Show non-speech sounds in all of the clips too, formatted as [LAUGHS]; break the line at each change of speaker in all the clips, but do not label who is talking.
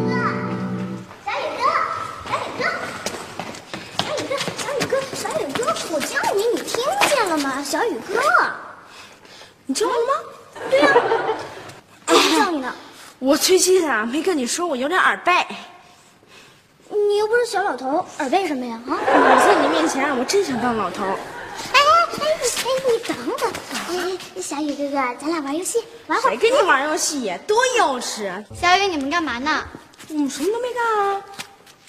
小雨哥，小雨哥，小雨哥，哎小雨哥，小雨哥，我叫你，你听见了吗？小雨哥，
你叫我吗？
哎我叫你呢，
我最近啊没跟你说，我有点耳背。
你又不是小老头，耳背什么呀？啊！哎
我在你面前啊，我真想当老头。
哎哎，你哎你等等，哎，小雨哥哥，咱俩玩游戏，玩会
谁
儿。
跟你玩游戏呀？多幼稚！啊！
小雨，你们干嘛呢？
我们什么都没干啊。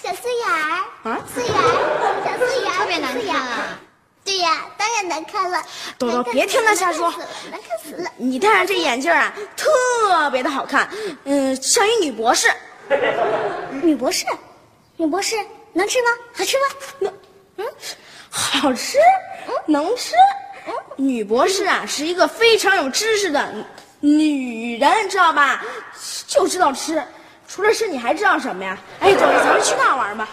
小四眼儿，
啊
四眼儿，小四眼儿，
特别难看啊！
对呀，当然难看了。
豆豆
难看
别听他
死了
瞎说
难看死了难看死了。
你戴上这眼镜啊，特别的好看，嗯，像一女博士。
女博士，女博士能吃吗？好吃吗？
能，嗯，好吃，能吃。女博士啊，是一个非常有知识的女人，知道吧？就知道吃，除了吃你还知道什么呀？哎，豆豆，咱们去那儿玩吧。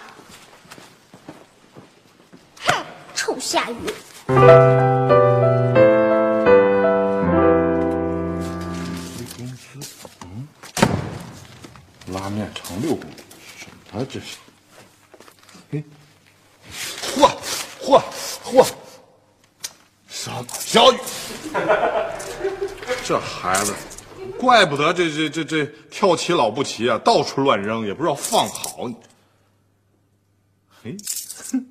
哼，臭下雨！
回公司，嗯，拉面长六公，什么这是？哎，嚯嚯嚯！小小雨，这孩子，怪不得这这这这跳棋老不棋啊，到处乱扔，也不知道放好。哎， [LAUGHS] 哼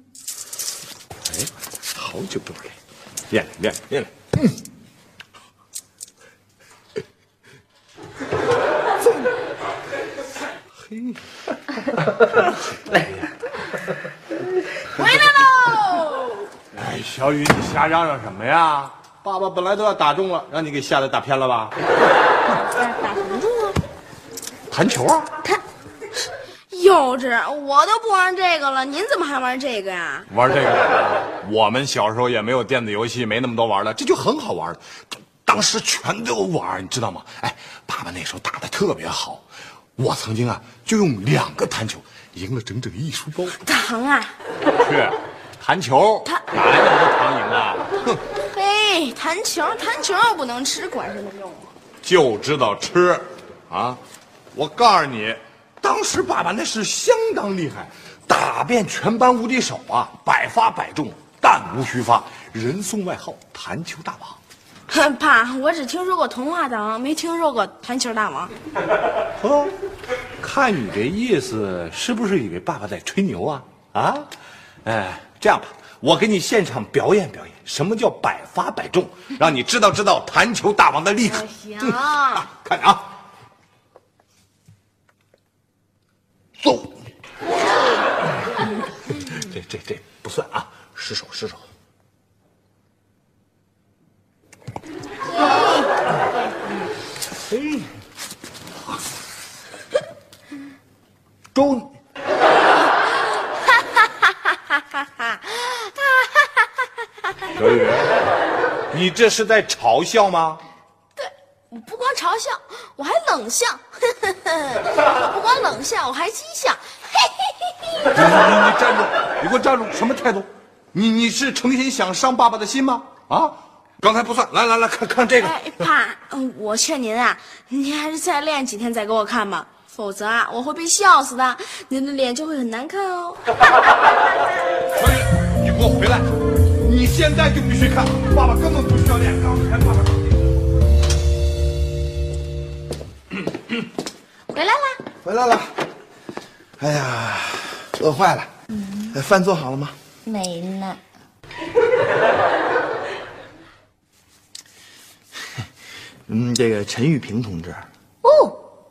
哎，好久不练，练练练练。
哎，小雨，你瞎嚷嚷什么呀？爸爸本来都要打中了，让你给吓得打偏了吧？
打什么住啊？
弹球啊？
幼稚，我都不玩这个了，您怎么还玩这个呀？
玩这个？啊我们小时候也没有电子游戏，没那么多玩的，这就很好玩当时全都玩，你知道吗？哎，爸爸那时候打的特别好，我曾经啊就用两个弹球赢了整整一书包。
糖啊！
去，弹球，哪来那么多糖赢啊？哼，
嘿，弹球，弹球又不能吃，管什么用啊？
就知道吃，啊！我告诉你，当时爸爸那是相当厉害，打遍全班无敌手啊，百发百中，弹无虚发，人送外号“弹球大王
哼爸，我只听说过童话大王，没听说过弹球大王。”。
呵，哦看你这意思，是不是以为爸爸在吹牛啊？啊，哎，这样吧，我给你现场表演表演什么叫百发百中，让你知道知道弹球大王的厉害。
行，
[LAUGHS] 啊，看着啊，走。 [LAUGHS] 这这这不算啊，失手失手。嘿， [LAUGHS] 中！小雨，你这是在嘲笑吗？
我不光嘲笑，我还冷笑， [LAUGHS] 我不光冷笑，我还讥笑。嘿嘿嘿嘿，
你你你站住！你给我站住！什么态度？你你是诚心想伤爸爸的心吗？啊，刚才不算。来来来，看看这个。
哎，爸，嗯我劝您啊，您还是再练几天再给我看吧，否则啊，我会被笑死的，您的脸就会很难看哦。
小雨，你给我回来！你现在就必须看，爸爸根本不需要练。刚才爸爸。
回来啦，
回来了。哎呀，饿坏了。
嗯
哎饭做好了吗？
没呢。
嗯，这个陈玉平同志，
哦，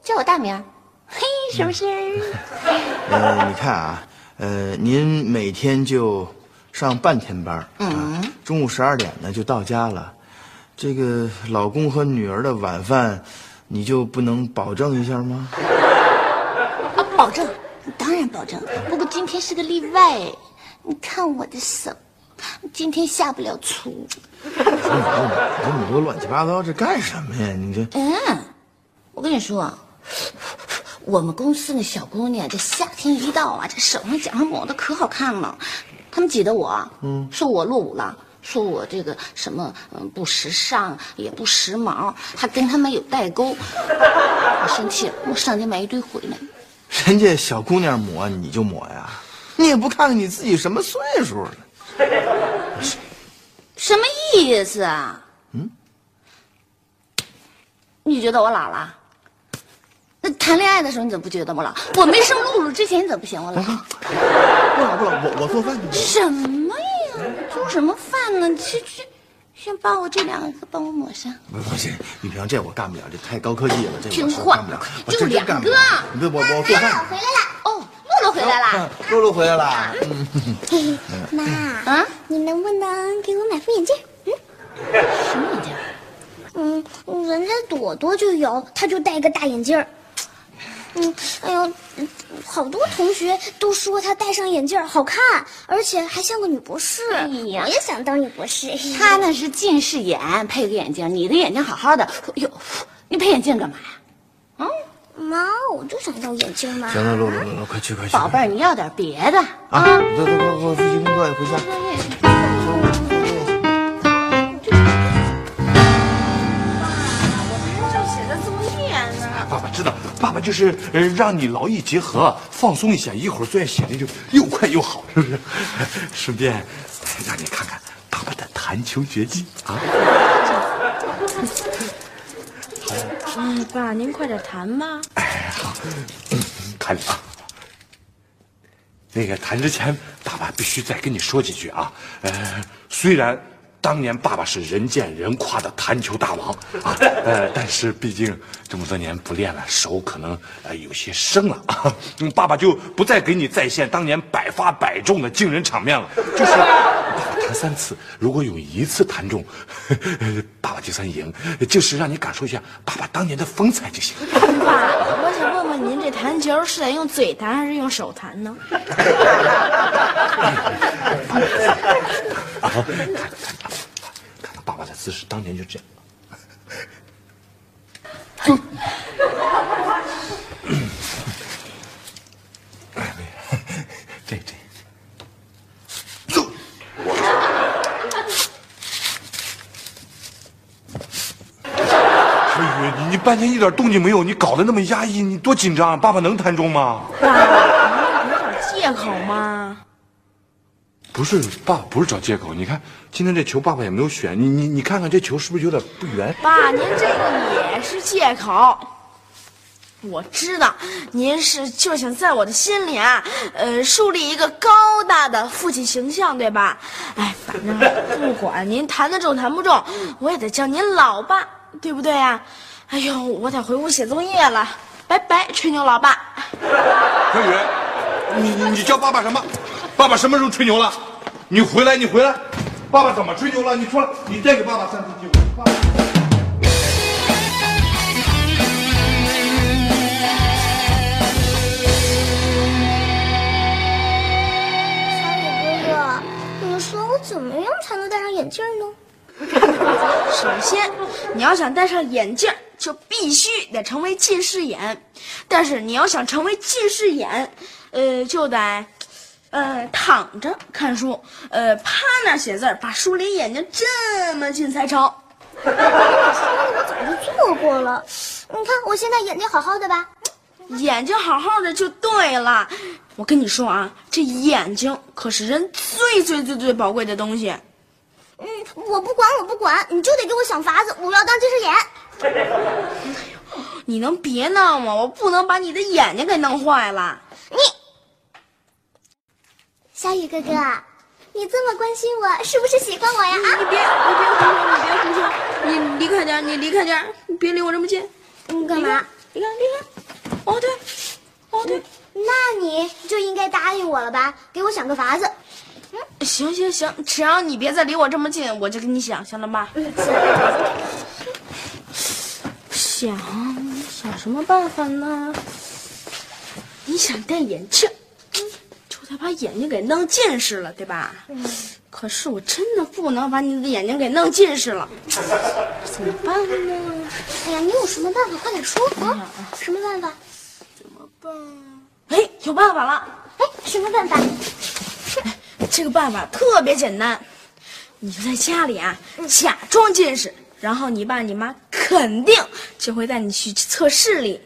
叫我大名儿，嘿，什么事
嗯
儿？
呃，你看啊，呃，您每天就上半天班儿，嗯，中午十二点呢就到家了。这个老公和女儿的晚饭，你就不能保证一下吗？
[LAUGHS] 保证，当然保证。不过今天是个例外，你看我的手，今天下不了厨。
哎你这么多乱七八糟，这干什么呀？你这
嗯，
我跟你说啊，我们公司那小姑娘，这夏天一到啊，这手上脚上抹的可好看了。他们挤得我，嗯，说我落伍了，说我这个什么，嗯，不时尚，也不时髦，还跟他们有代沟。 [LAUGHS] 我生气了，我上街买一堆回来。
人家小姑娘抹你就抹呀，你也不看看你自己什么岁数了。
什么意思啊？嗯，你觉得我老了？那谈恋爱的时候你怎么不觉得我老？我没生露露之前你怎么不嫌我老？
啊不老不老，我我做饭去。
什么呀？做什么饭呢？去去，先把我这两个帮我抹上。
不不行，雨萍，这我干不了，这太高科技了，这我
听
是
话
干不了，我
就
真真
两
干不了
个。
你别我我做饭啊去。
回来了。
哦，露露回来了。
露露回来了，嗯，
嘿，妈，
啊，
你能不能给我买副眼镜？
什么眼镜？
嗯，人家朵朵就有，她就戴个大眼镜儿。嗯，哎呦，嗯好多同学都说她戴上眼镜儿好看，而且还像个女博士。
哎呀
我也想当女博士。
他那是近视眼，配个眼镜。你的眼睛好好的。哎呦，你配眼镜干嘛呀？
妈，我就想要眼镜嘛。
行了，露露露露，快去快去。
宝贝儿，你要点别的
啊，
啊
走走走，我回去工作，回家。
正写着作业呢。
哎爸爸知道，爸爸就是呃让你劳逸结合，放松一下，一会儿作业写的就又快又好，是不 [LAUGHS] 是？顺便让你看看爸爸的弹球绝技啊！
哎，爸，您快点谈吧。
看着啊。那个谈之前，爸爸必须再跟你说几句啊。呃，虽然当年爸爸是人见人夸的弹球大王啊，呃，但是毕竟这么多年不练了，手可能呃有些生了啊。嗯爸爸就不再给你再现当年百发百中的惊人场面了，就是爸爸弹三次，如果有一次弹中， [LAUGHS] 爸爸就算赢，就是让你感受一下爸爸当年的风采就行。
爸，我想问问您，这弹球是得用嘴弹还是用手弹呢？
看看爸爸的姿势，当年就这样。哎这这，哎呀，你你半天一点动静没有，你搞得那么压抑，你多紧张啊！爸爸能弹中吗？
借口吗？
不是，爸不是找借口。你看今天这球，爸爸也没有选。你你你看看这球是不是有点不圆？
爸，您这个也是借口。我知道，您是就想在我的心里啊，呃，树立一个高大的父亲形象，对吧？哎，反正不管您谈得中谈不中，我也得叫您老爸，对不对啊？哎呦，我得回屋写作业了，拜拜，吹牛老爸。
小雨，你你你叫爸爸什么？爸爸什么时候吹牛了？你回来，你回来！爸爸怎么吹牛了？你出来，你再给爸爸三次机会。爸爸
小雨哥哎哥，你说我怎么样才能戴上眼镜呢？
首先，你要想戴上眼镜儿，就必须得成为近视眼。但是你要想成为近视眼，呃，就得，呃，躺着看书，呃，趴那儿写字儿，把书离眼睛这么近才成。
我就做过了，你看我现在眼睛好好的吧？
眼睛好好的就对了。我跟你说啊，这眼睛可是人最最最最宝贵的东西。
嗯，我不管，我不管，你就得给我想法子，我要当近视眼。
你能别闹吗？我不能把你的眼睛给弄坏了。
小雨哥哥，
啊
你这么关心我，是不是喜欢我呀？啊
你，别，你别胡说，你别胡说，你离开点儿，你离开点儿，你别离我这么近。
你干嘛？
你看，你看，哦对，哦对，
那你就应该答应我了吧？给我想个法子。
嗯行行行，只要你别再离我这么近，我就给你想，行了吧？想想什么办法呢？你想戴眼镜，就得把眼睛给弄近视了，对吧？可是我真的不能把你的眼睛给弄近视了，怎么办呢？
哎呀，你有什么办法？快点说啊！
嗯
什么办法？
哎，有办法了。
哎，什么办法？
这个办法特别简单，你就在家里啊假装近视，然后你爸你妈肯定就会带你去测视力，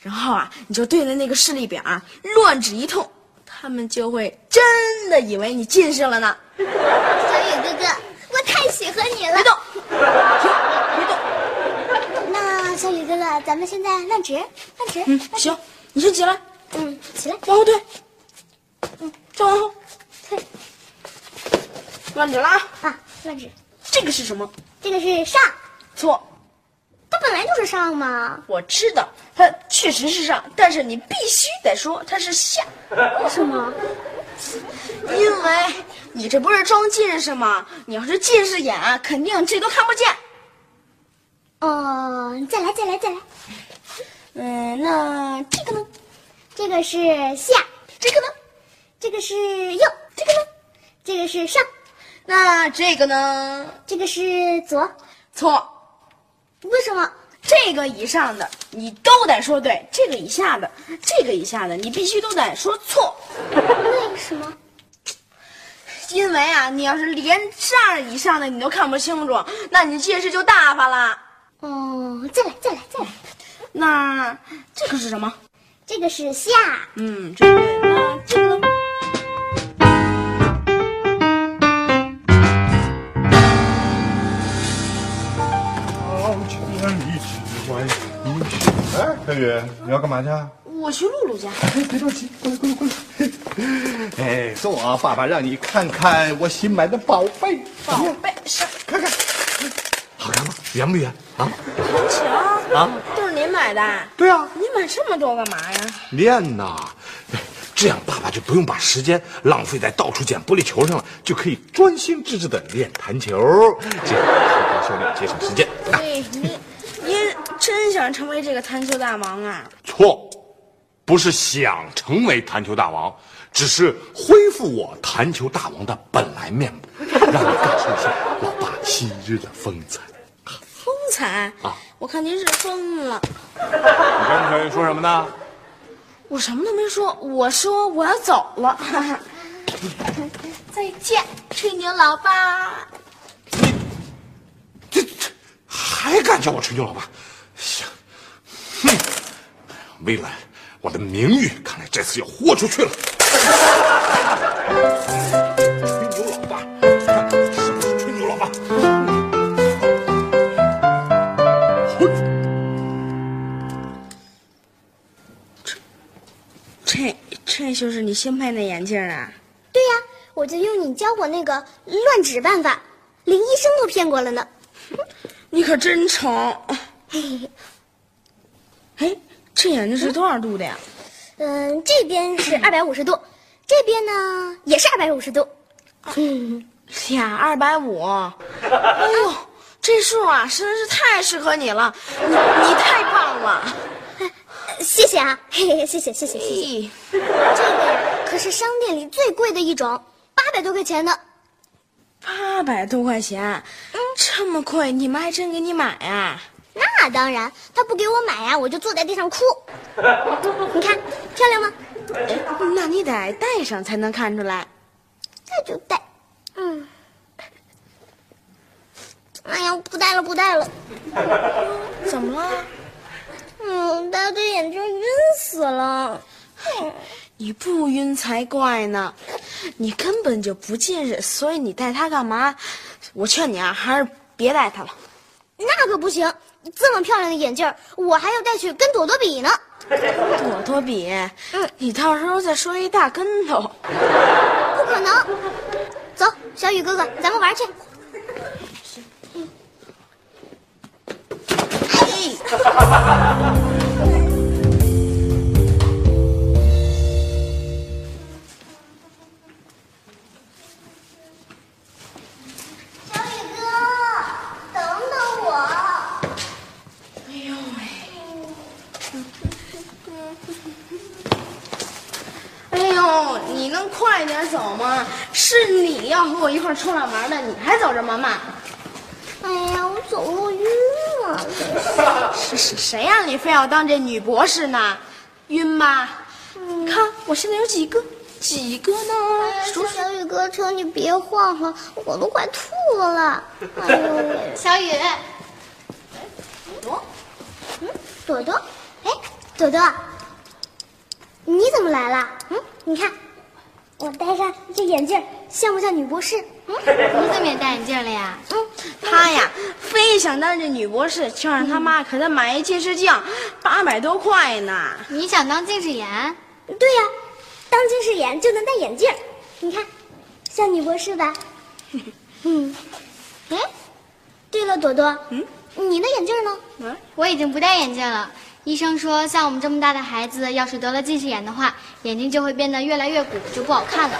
然后啊你就对着那个视力表啊乱指一通，他们就会真的以为你近视了呢。
小雨哥哥，我太喜欢你了
别。动，停，别动。
那小雨哥哥，咱们现在乱指，乱指，
嗯，
乱指。
行，你先起来，
嗯，起来，
往后退，嗯，再往后
退
乱指了啊。
啊，乱指。
这个是什么？
这个是上，
错，
它本来就是上嘛。
我知道，它确实是上，但是你必须得说它是下。
为什么？
因为你这不是装近视吗？你要是近视眼，肯定这都看不见。
哦，再来，再来，再来。
嗯，那这个呢？
这个是下，这个呢？这个是右，这个呢？这个是上，
那这个呢？
这个是左。
错，
为什么？
这个以上的你都得说对，这个以下的，这个以下的你必须都得说错。
为什么？
因为啊，你要是连这儿以上的你都看不清楚，那你近视就大发了。
哦，再来，再来，再来。
那这个是什么？
这个是下，
嗯，这个那这个呢？
哎，小雨，你要干嘛去？啊？
我去露露家。
别着急，过来过来过来。哎，走啊，爸爸让你看看我新买的宝贝，
宝贝，是
看看，好看吗？圆不圆啊？
红球
啊，
嗯都是您买的。
对啊，
你买这么多干嘛呀？
练呐，哎这样爸爸就不用把时间浪费在到处捡玻璃球上了，就可以专心致志的练弹球，这样消耗销量，节省时间。
对，您您真想成为这个弹球大王啊？
错，不是想成为弹球大王，只是恢复我弹球大王的本来面目，让你感受一下我爸昔日的风采。
风采
啊！
我看您是疯了。
你跟小雨说什么呢？
我什么都没说，我说我要走了。 [LAUGHS] 再见，吹牛老爸。
这这还敢叫我吹牛老爸？行，哼，未来我的名誉看来这次要豁出去了。 [LAUGHS] 吹牛老爸，看是不是吹牛老爸？
这这就是你新配的眼镜啊？
对呀、我就用你教我那个乱指办法，连医生都骗过了呢。
你可真丑。哎，这眼镜是多少度的呀？
嗯，这边是二百五十度，这边呢也是二百五十度。
俩二百五，哎呦，这数啊实在是太适合你了，你你太棒了。
谢谢啊，嘿嘿，谢谢谢谢谢谢。
咦，
这个呀，可是商店里最贵的一种，八百多块钱呢。
八百多块钱，这么贵，你妈还真给你买啊？
那当然，他不给我买呀、我就坐在地上哭。你看漂亮吗？
那你得戴上才能看出来。
那就戴。嗯。哎呀，不戴了不戴了。
怎么了？
嗯，戴对眼镜晕死了。
你不晕才怪呢，你根本就不近视，所以你戴它干嘛？我劝你啊，还是别戴它了。
那可不行，这么漂亮的眼镜儿，我还要带去跟朵朵比呢。
朵朵比，你到时候再摔一大跟头。
不可能。走，小雨哥哥，咱们玩去。
哎
小雨哥，等等我。
哎呦，你能快点走吗？是你要和我一块儿出来玩的，你还走这么慢？
哎呀，我走路晕了。
谁让你非要当这女博士呢？晕吧？嗯看我现在有几个？几个呢？
说小雨哥，求你别晃了，我都快吐了啦！哎呦喂，哎嗯
小雨，
朵朵，哎，朵朵，你怎么来了？嗯，你看，我戴上这眼镜儿，像不像女博士？嗯，
[LAUGHS] 你怎么也戴眼镜了呀？
嗯，他呀，非想当这女博士，就让他妈给他买一近视镜，八百多块呢。
你想当近视眼？
对呀、当近视眼就能戴眼镜儿，你看，像女博士吧？嗯，哎，对了，朵朵，嗯，你的眼镜儿呢？
我已经不戴眼镜了。医生说，像我们这么大的孩子，要是得了近视眼的话，眼睛就会变得越来越鼓，就不好看了。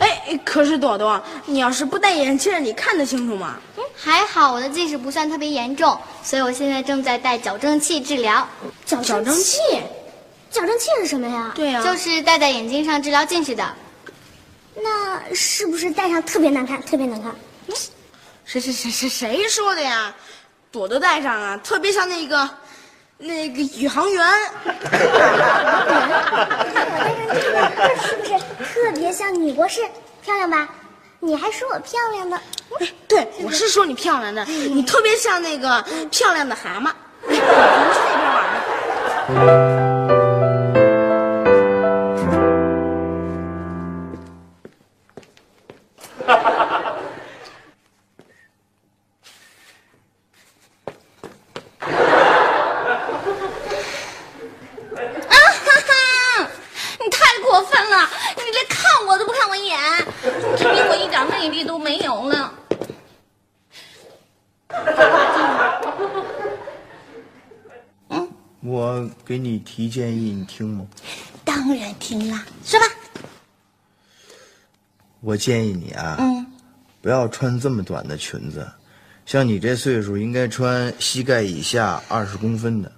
哎，可是朵朵，你要是不戴眼镜，你看得清楚吗？
还好我的近视不算特别严重，所以我现在正在戴矫正器治疗，
矫
矫正器。
矫正器是什么呀？
对呀、啊
就是戴在眼睛上治疗近视的。
那是不是戴上特别难看？特别难看？
谁谁谁谁谁说的呀？朵朵戴上啊，特别像那个那个宇航员。
我戴上这个是不是特别像女博士？漂亮吧？你还说我漂亮呢？
哎，对，我是说你漂亮的，你特别像那个漂亮的蛤蟆。
啊哈哈！你太过分了，你连看我都不看我一眼，你这逼我一点魅力都没有了。
我给你提建议，你听吗？
当然听啦，说吧。
我建议你啊，不要穿这么短的裙子，像你这岁数应该穿膝盖以下二十公分的。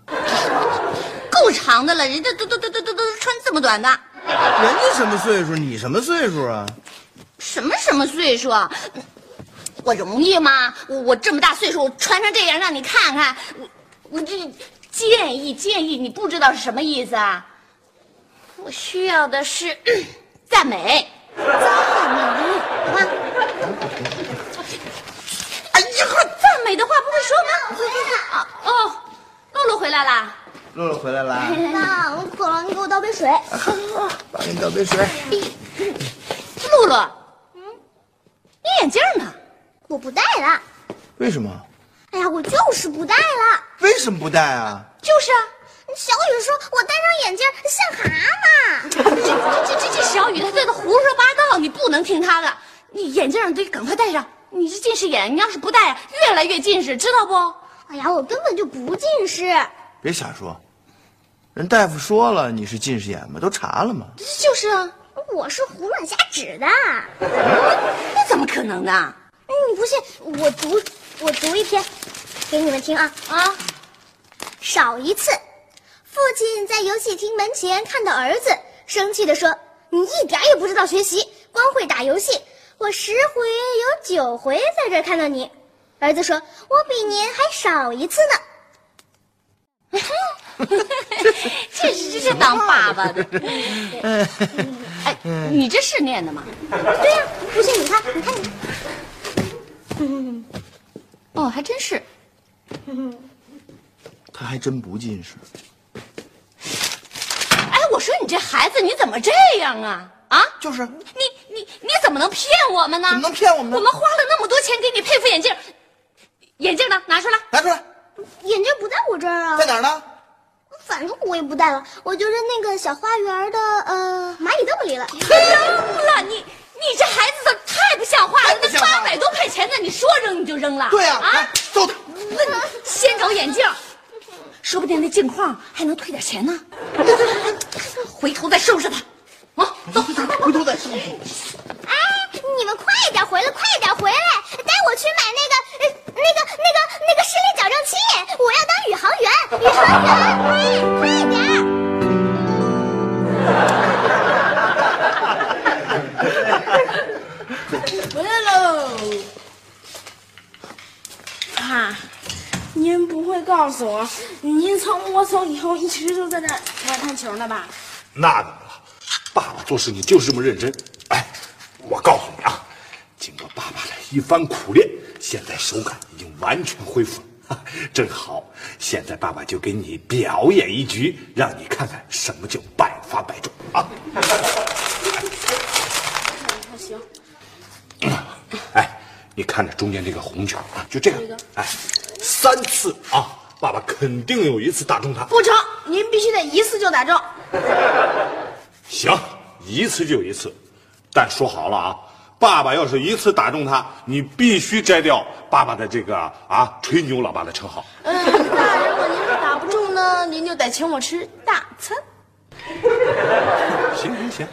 够长的了，人家都都都都都都穿这么短的，
人家什么岁数？你什么岁数啊？
什么什么岁数？啊？我容易吗？我我这么大岁数，我穿成这样让你看看，我我这建议建议，你不知道是什么意思啊？我需要的是 [CLEARS THROAT] 赞美，赞美，好吧？哎呀，赞美的话不会说吗？啊哦，露露回来啦。
露露回来啊 [LAUGHS] 啦，
爸，我渴了，你给我倒杯水。
爸给你倒杯水。
露露，嗯，你眼镜呢？
我不戴了。
为什么？
哎呀，我就是不戴了。
为什么不戴啊？
就是啊，小雨说我戴上眼镜像蛤蟆。
这这这这小雨他在这胡说八道，你不能听他的。你眼镜儿得赶快戴上，你这近视眼，你要是不戴啊，越来越近视，知道不？
哎呀，我根本就不近视。
别瞎说，人大夫说了你是近视眼嘛，都查了嘛。
就是啊，
我是胡乱瞎指的，
那怎么可能呢？
你不信？我读，我读一篇，给你们听啊啊！少一次，父亲在游戏厅门前看到儿子，生气地说：“你一点也不知道学习，光会打游戏。我十回有九回在这儿看到你。”儿子说：“我比您还少一次呢。” [LAUGHS]
这是这是当爸爸的。哎，你这是念的吗？
对呀、不信你看，你看你。
嗯哦，还真是。
他还真不近视。
哎，我说你这孩子你怎么这样啊？啊，
就是，
你你你怎么能骗我们呢？
怎么能骗我们呢
我们花了那么多钱给你配副眼镜，眼镜呢？拿出来。
拿出来，
眼镜不在我这儿啊
在，哪儿呢？
反正我也不戴了，我就扔那个小花园的呃蚂蚁洞里了。
扔了你，你这孩子怎么太不像话了？
不
那
像话
八
了
百多块钱的，你说扔你就扔了？
对呀、啊来揍他！
那你先找眼镜儿，说不定那镜框还能退点钱呢。回头再收拾他。啊，走，
回头再揍。
哎，你们快点回来，快点回来，带我去买那个、呃那个、那个、那个视力矫正器，我要当宇航员，宇航员，快快点！
回来喽！啊，告诉我，您从我走以后一直都在这儿玩弹球呢吧？
那怎么了？爸爸做事你就是这么认真。哎，我告诉你啊，经过爸爸的一番苦练，现在手感已经完全恢复了。哈正好，现在爸爸就给你表演一局，让你看看什么叫百发百中啊！
行，
哎，你看着中间这个红球啊，就这个，哎，三次啊，爸爸肯定有一次打中它。
不成，您必须得一次就打中。
行，一次就一次，但说好了啊，爸爸要是一次打中他，你必须摘掉爸爸的这个啊吹牛老爸的称号。
嗯，那如果您是打不中呢，您就得请我吃大餐。
行行行，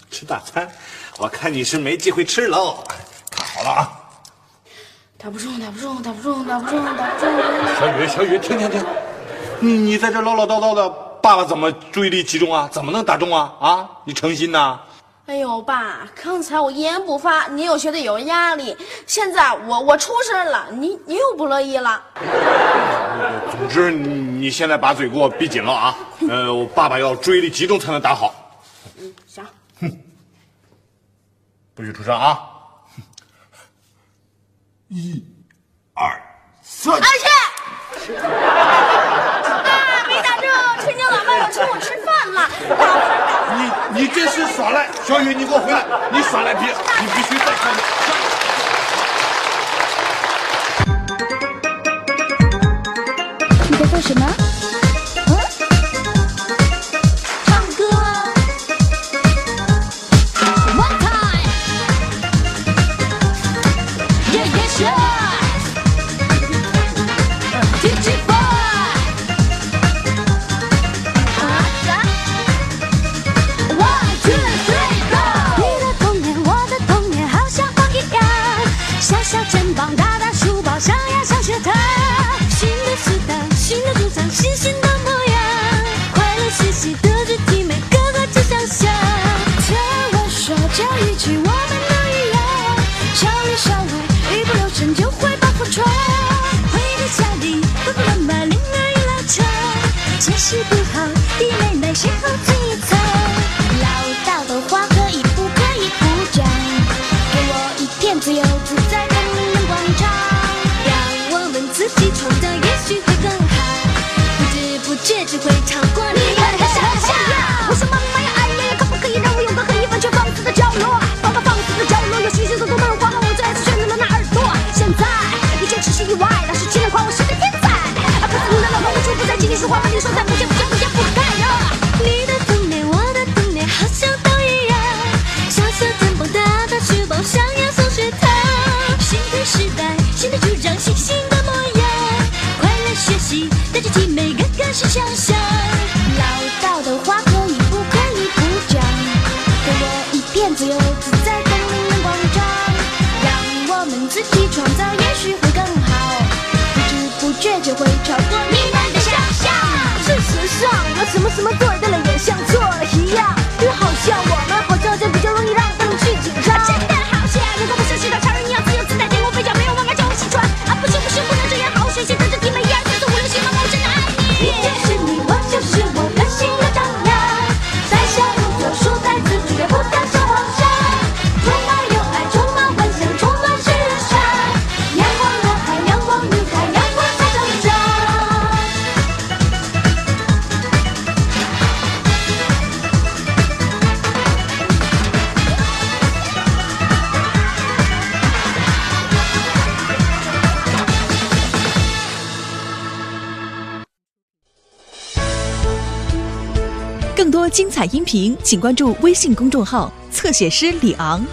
[LAUGHS] 吃大餐，我看你是没机会吃喽。看好了啊，
打不中，打不中，打不中，打不中，打不中。
小雨，小雨，停停停，你你在这唠唠叨叨的，爸爸怎么注意力集中啊？怎么能打中啊？啊，你诚心呐、
哎呦，爸，刚才我一言不发，您又觉得有压力。现在我我出声了，您您又不乐意了。
总之，你你现在把嘴给我闭紧了啊！呃，我爸爸要注意力集中才能打好。
行，
不许出声啊！一、二、三，
而且，爸没打中，吹牛老爸要请我吃饭了。打
你你这是耍赖！小雨，你给我回来！你耍赖皮，你必须再看看。
你在做什么？嗯，唱歌啊。One time. Yeah yeah sure. DJ boy. 啊啥？One two three go.
你的童年，我的童年，好像风一样，小小肩膀，大大书包，上呀上学堂。新的时代，新的主张，新新的模样，快乐学习的具体，每个个志向想。听我说这一句，我们都一样，小里小外，一不留神就会把火闯。回到家里，爸爸妈妈铃儿一拉长，解释不好，弟妹妹谁好最惨。老大的话可以不可以不讲？给我一片自由自在的阳光照，让我们自己闯荡，也许会更好。不知不觉只会超过你的想象。我说妈妈呀，哎呀呀，可不可以让我有个和一完全放肆的角落？放到放肆的角落，有新鲜的动漫花和我最爱的旋律的那耳朵。现在一切只是意外，老师居然夸我是个天才。啊，可是你的老婆无处不在，今天是花瓣里说再不见不见不见不该呀。你的童年，我的童年，好像都一样。小小肩膀，大大书包，上呀上学堂。新的时代，新的主张，新新的模样。快乐学习，带着体每个个是想象。唠叨的话可以不可以不讲？给我一片自由自在的阳光照，让我们自己创造，也许会更好。不知不觉就会超过你们的想象。
事实上，我什么什么对对了，也像错了一样。因为好像我们好像就比较容易让他们去紧张。
真的好险！如果不像是老常人一样自由自在，天空飞翔，没有妈妈叫我起床。啊，不行不行，不能这样！好好学习，带着弟妹一二三四五六七，妈妈我真的爱你。你就是你，我就是我，个性的张扬。在小路走，树在自己，也不敢说谎话。充满友爱，充满幻想，充满时尚。阳光男孩，阳光女孩，阳光在成长。
更多精彩音频，请关注微信公众号“侧写师李昂”。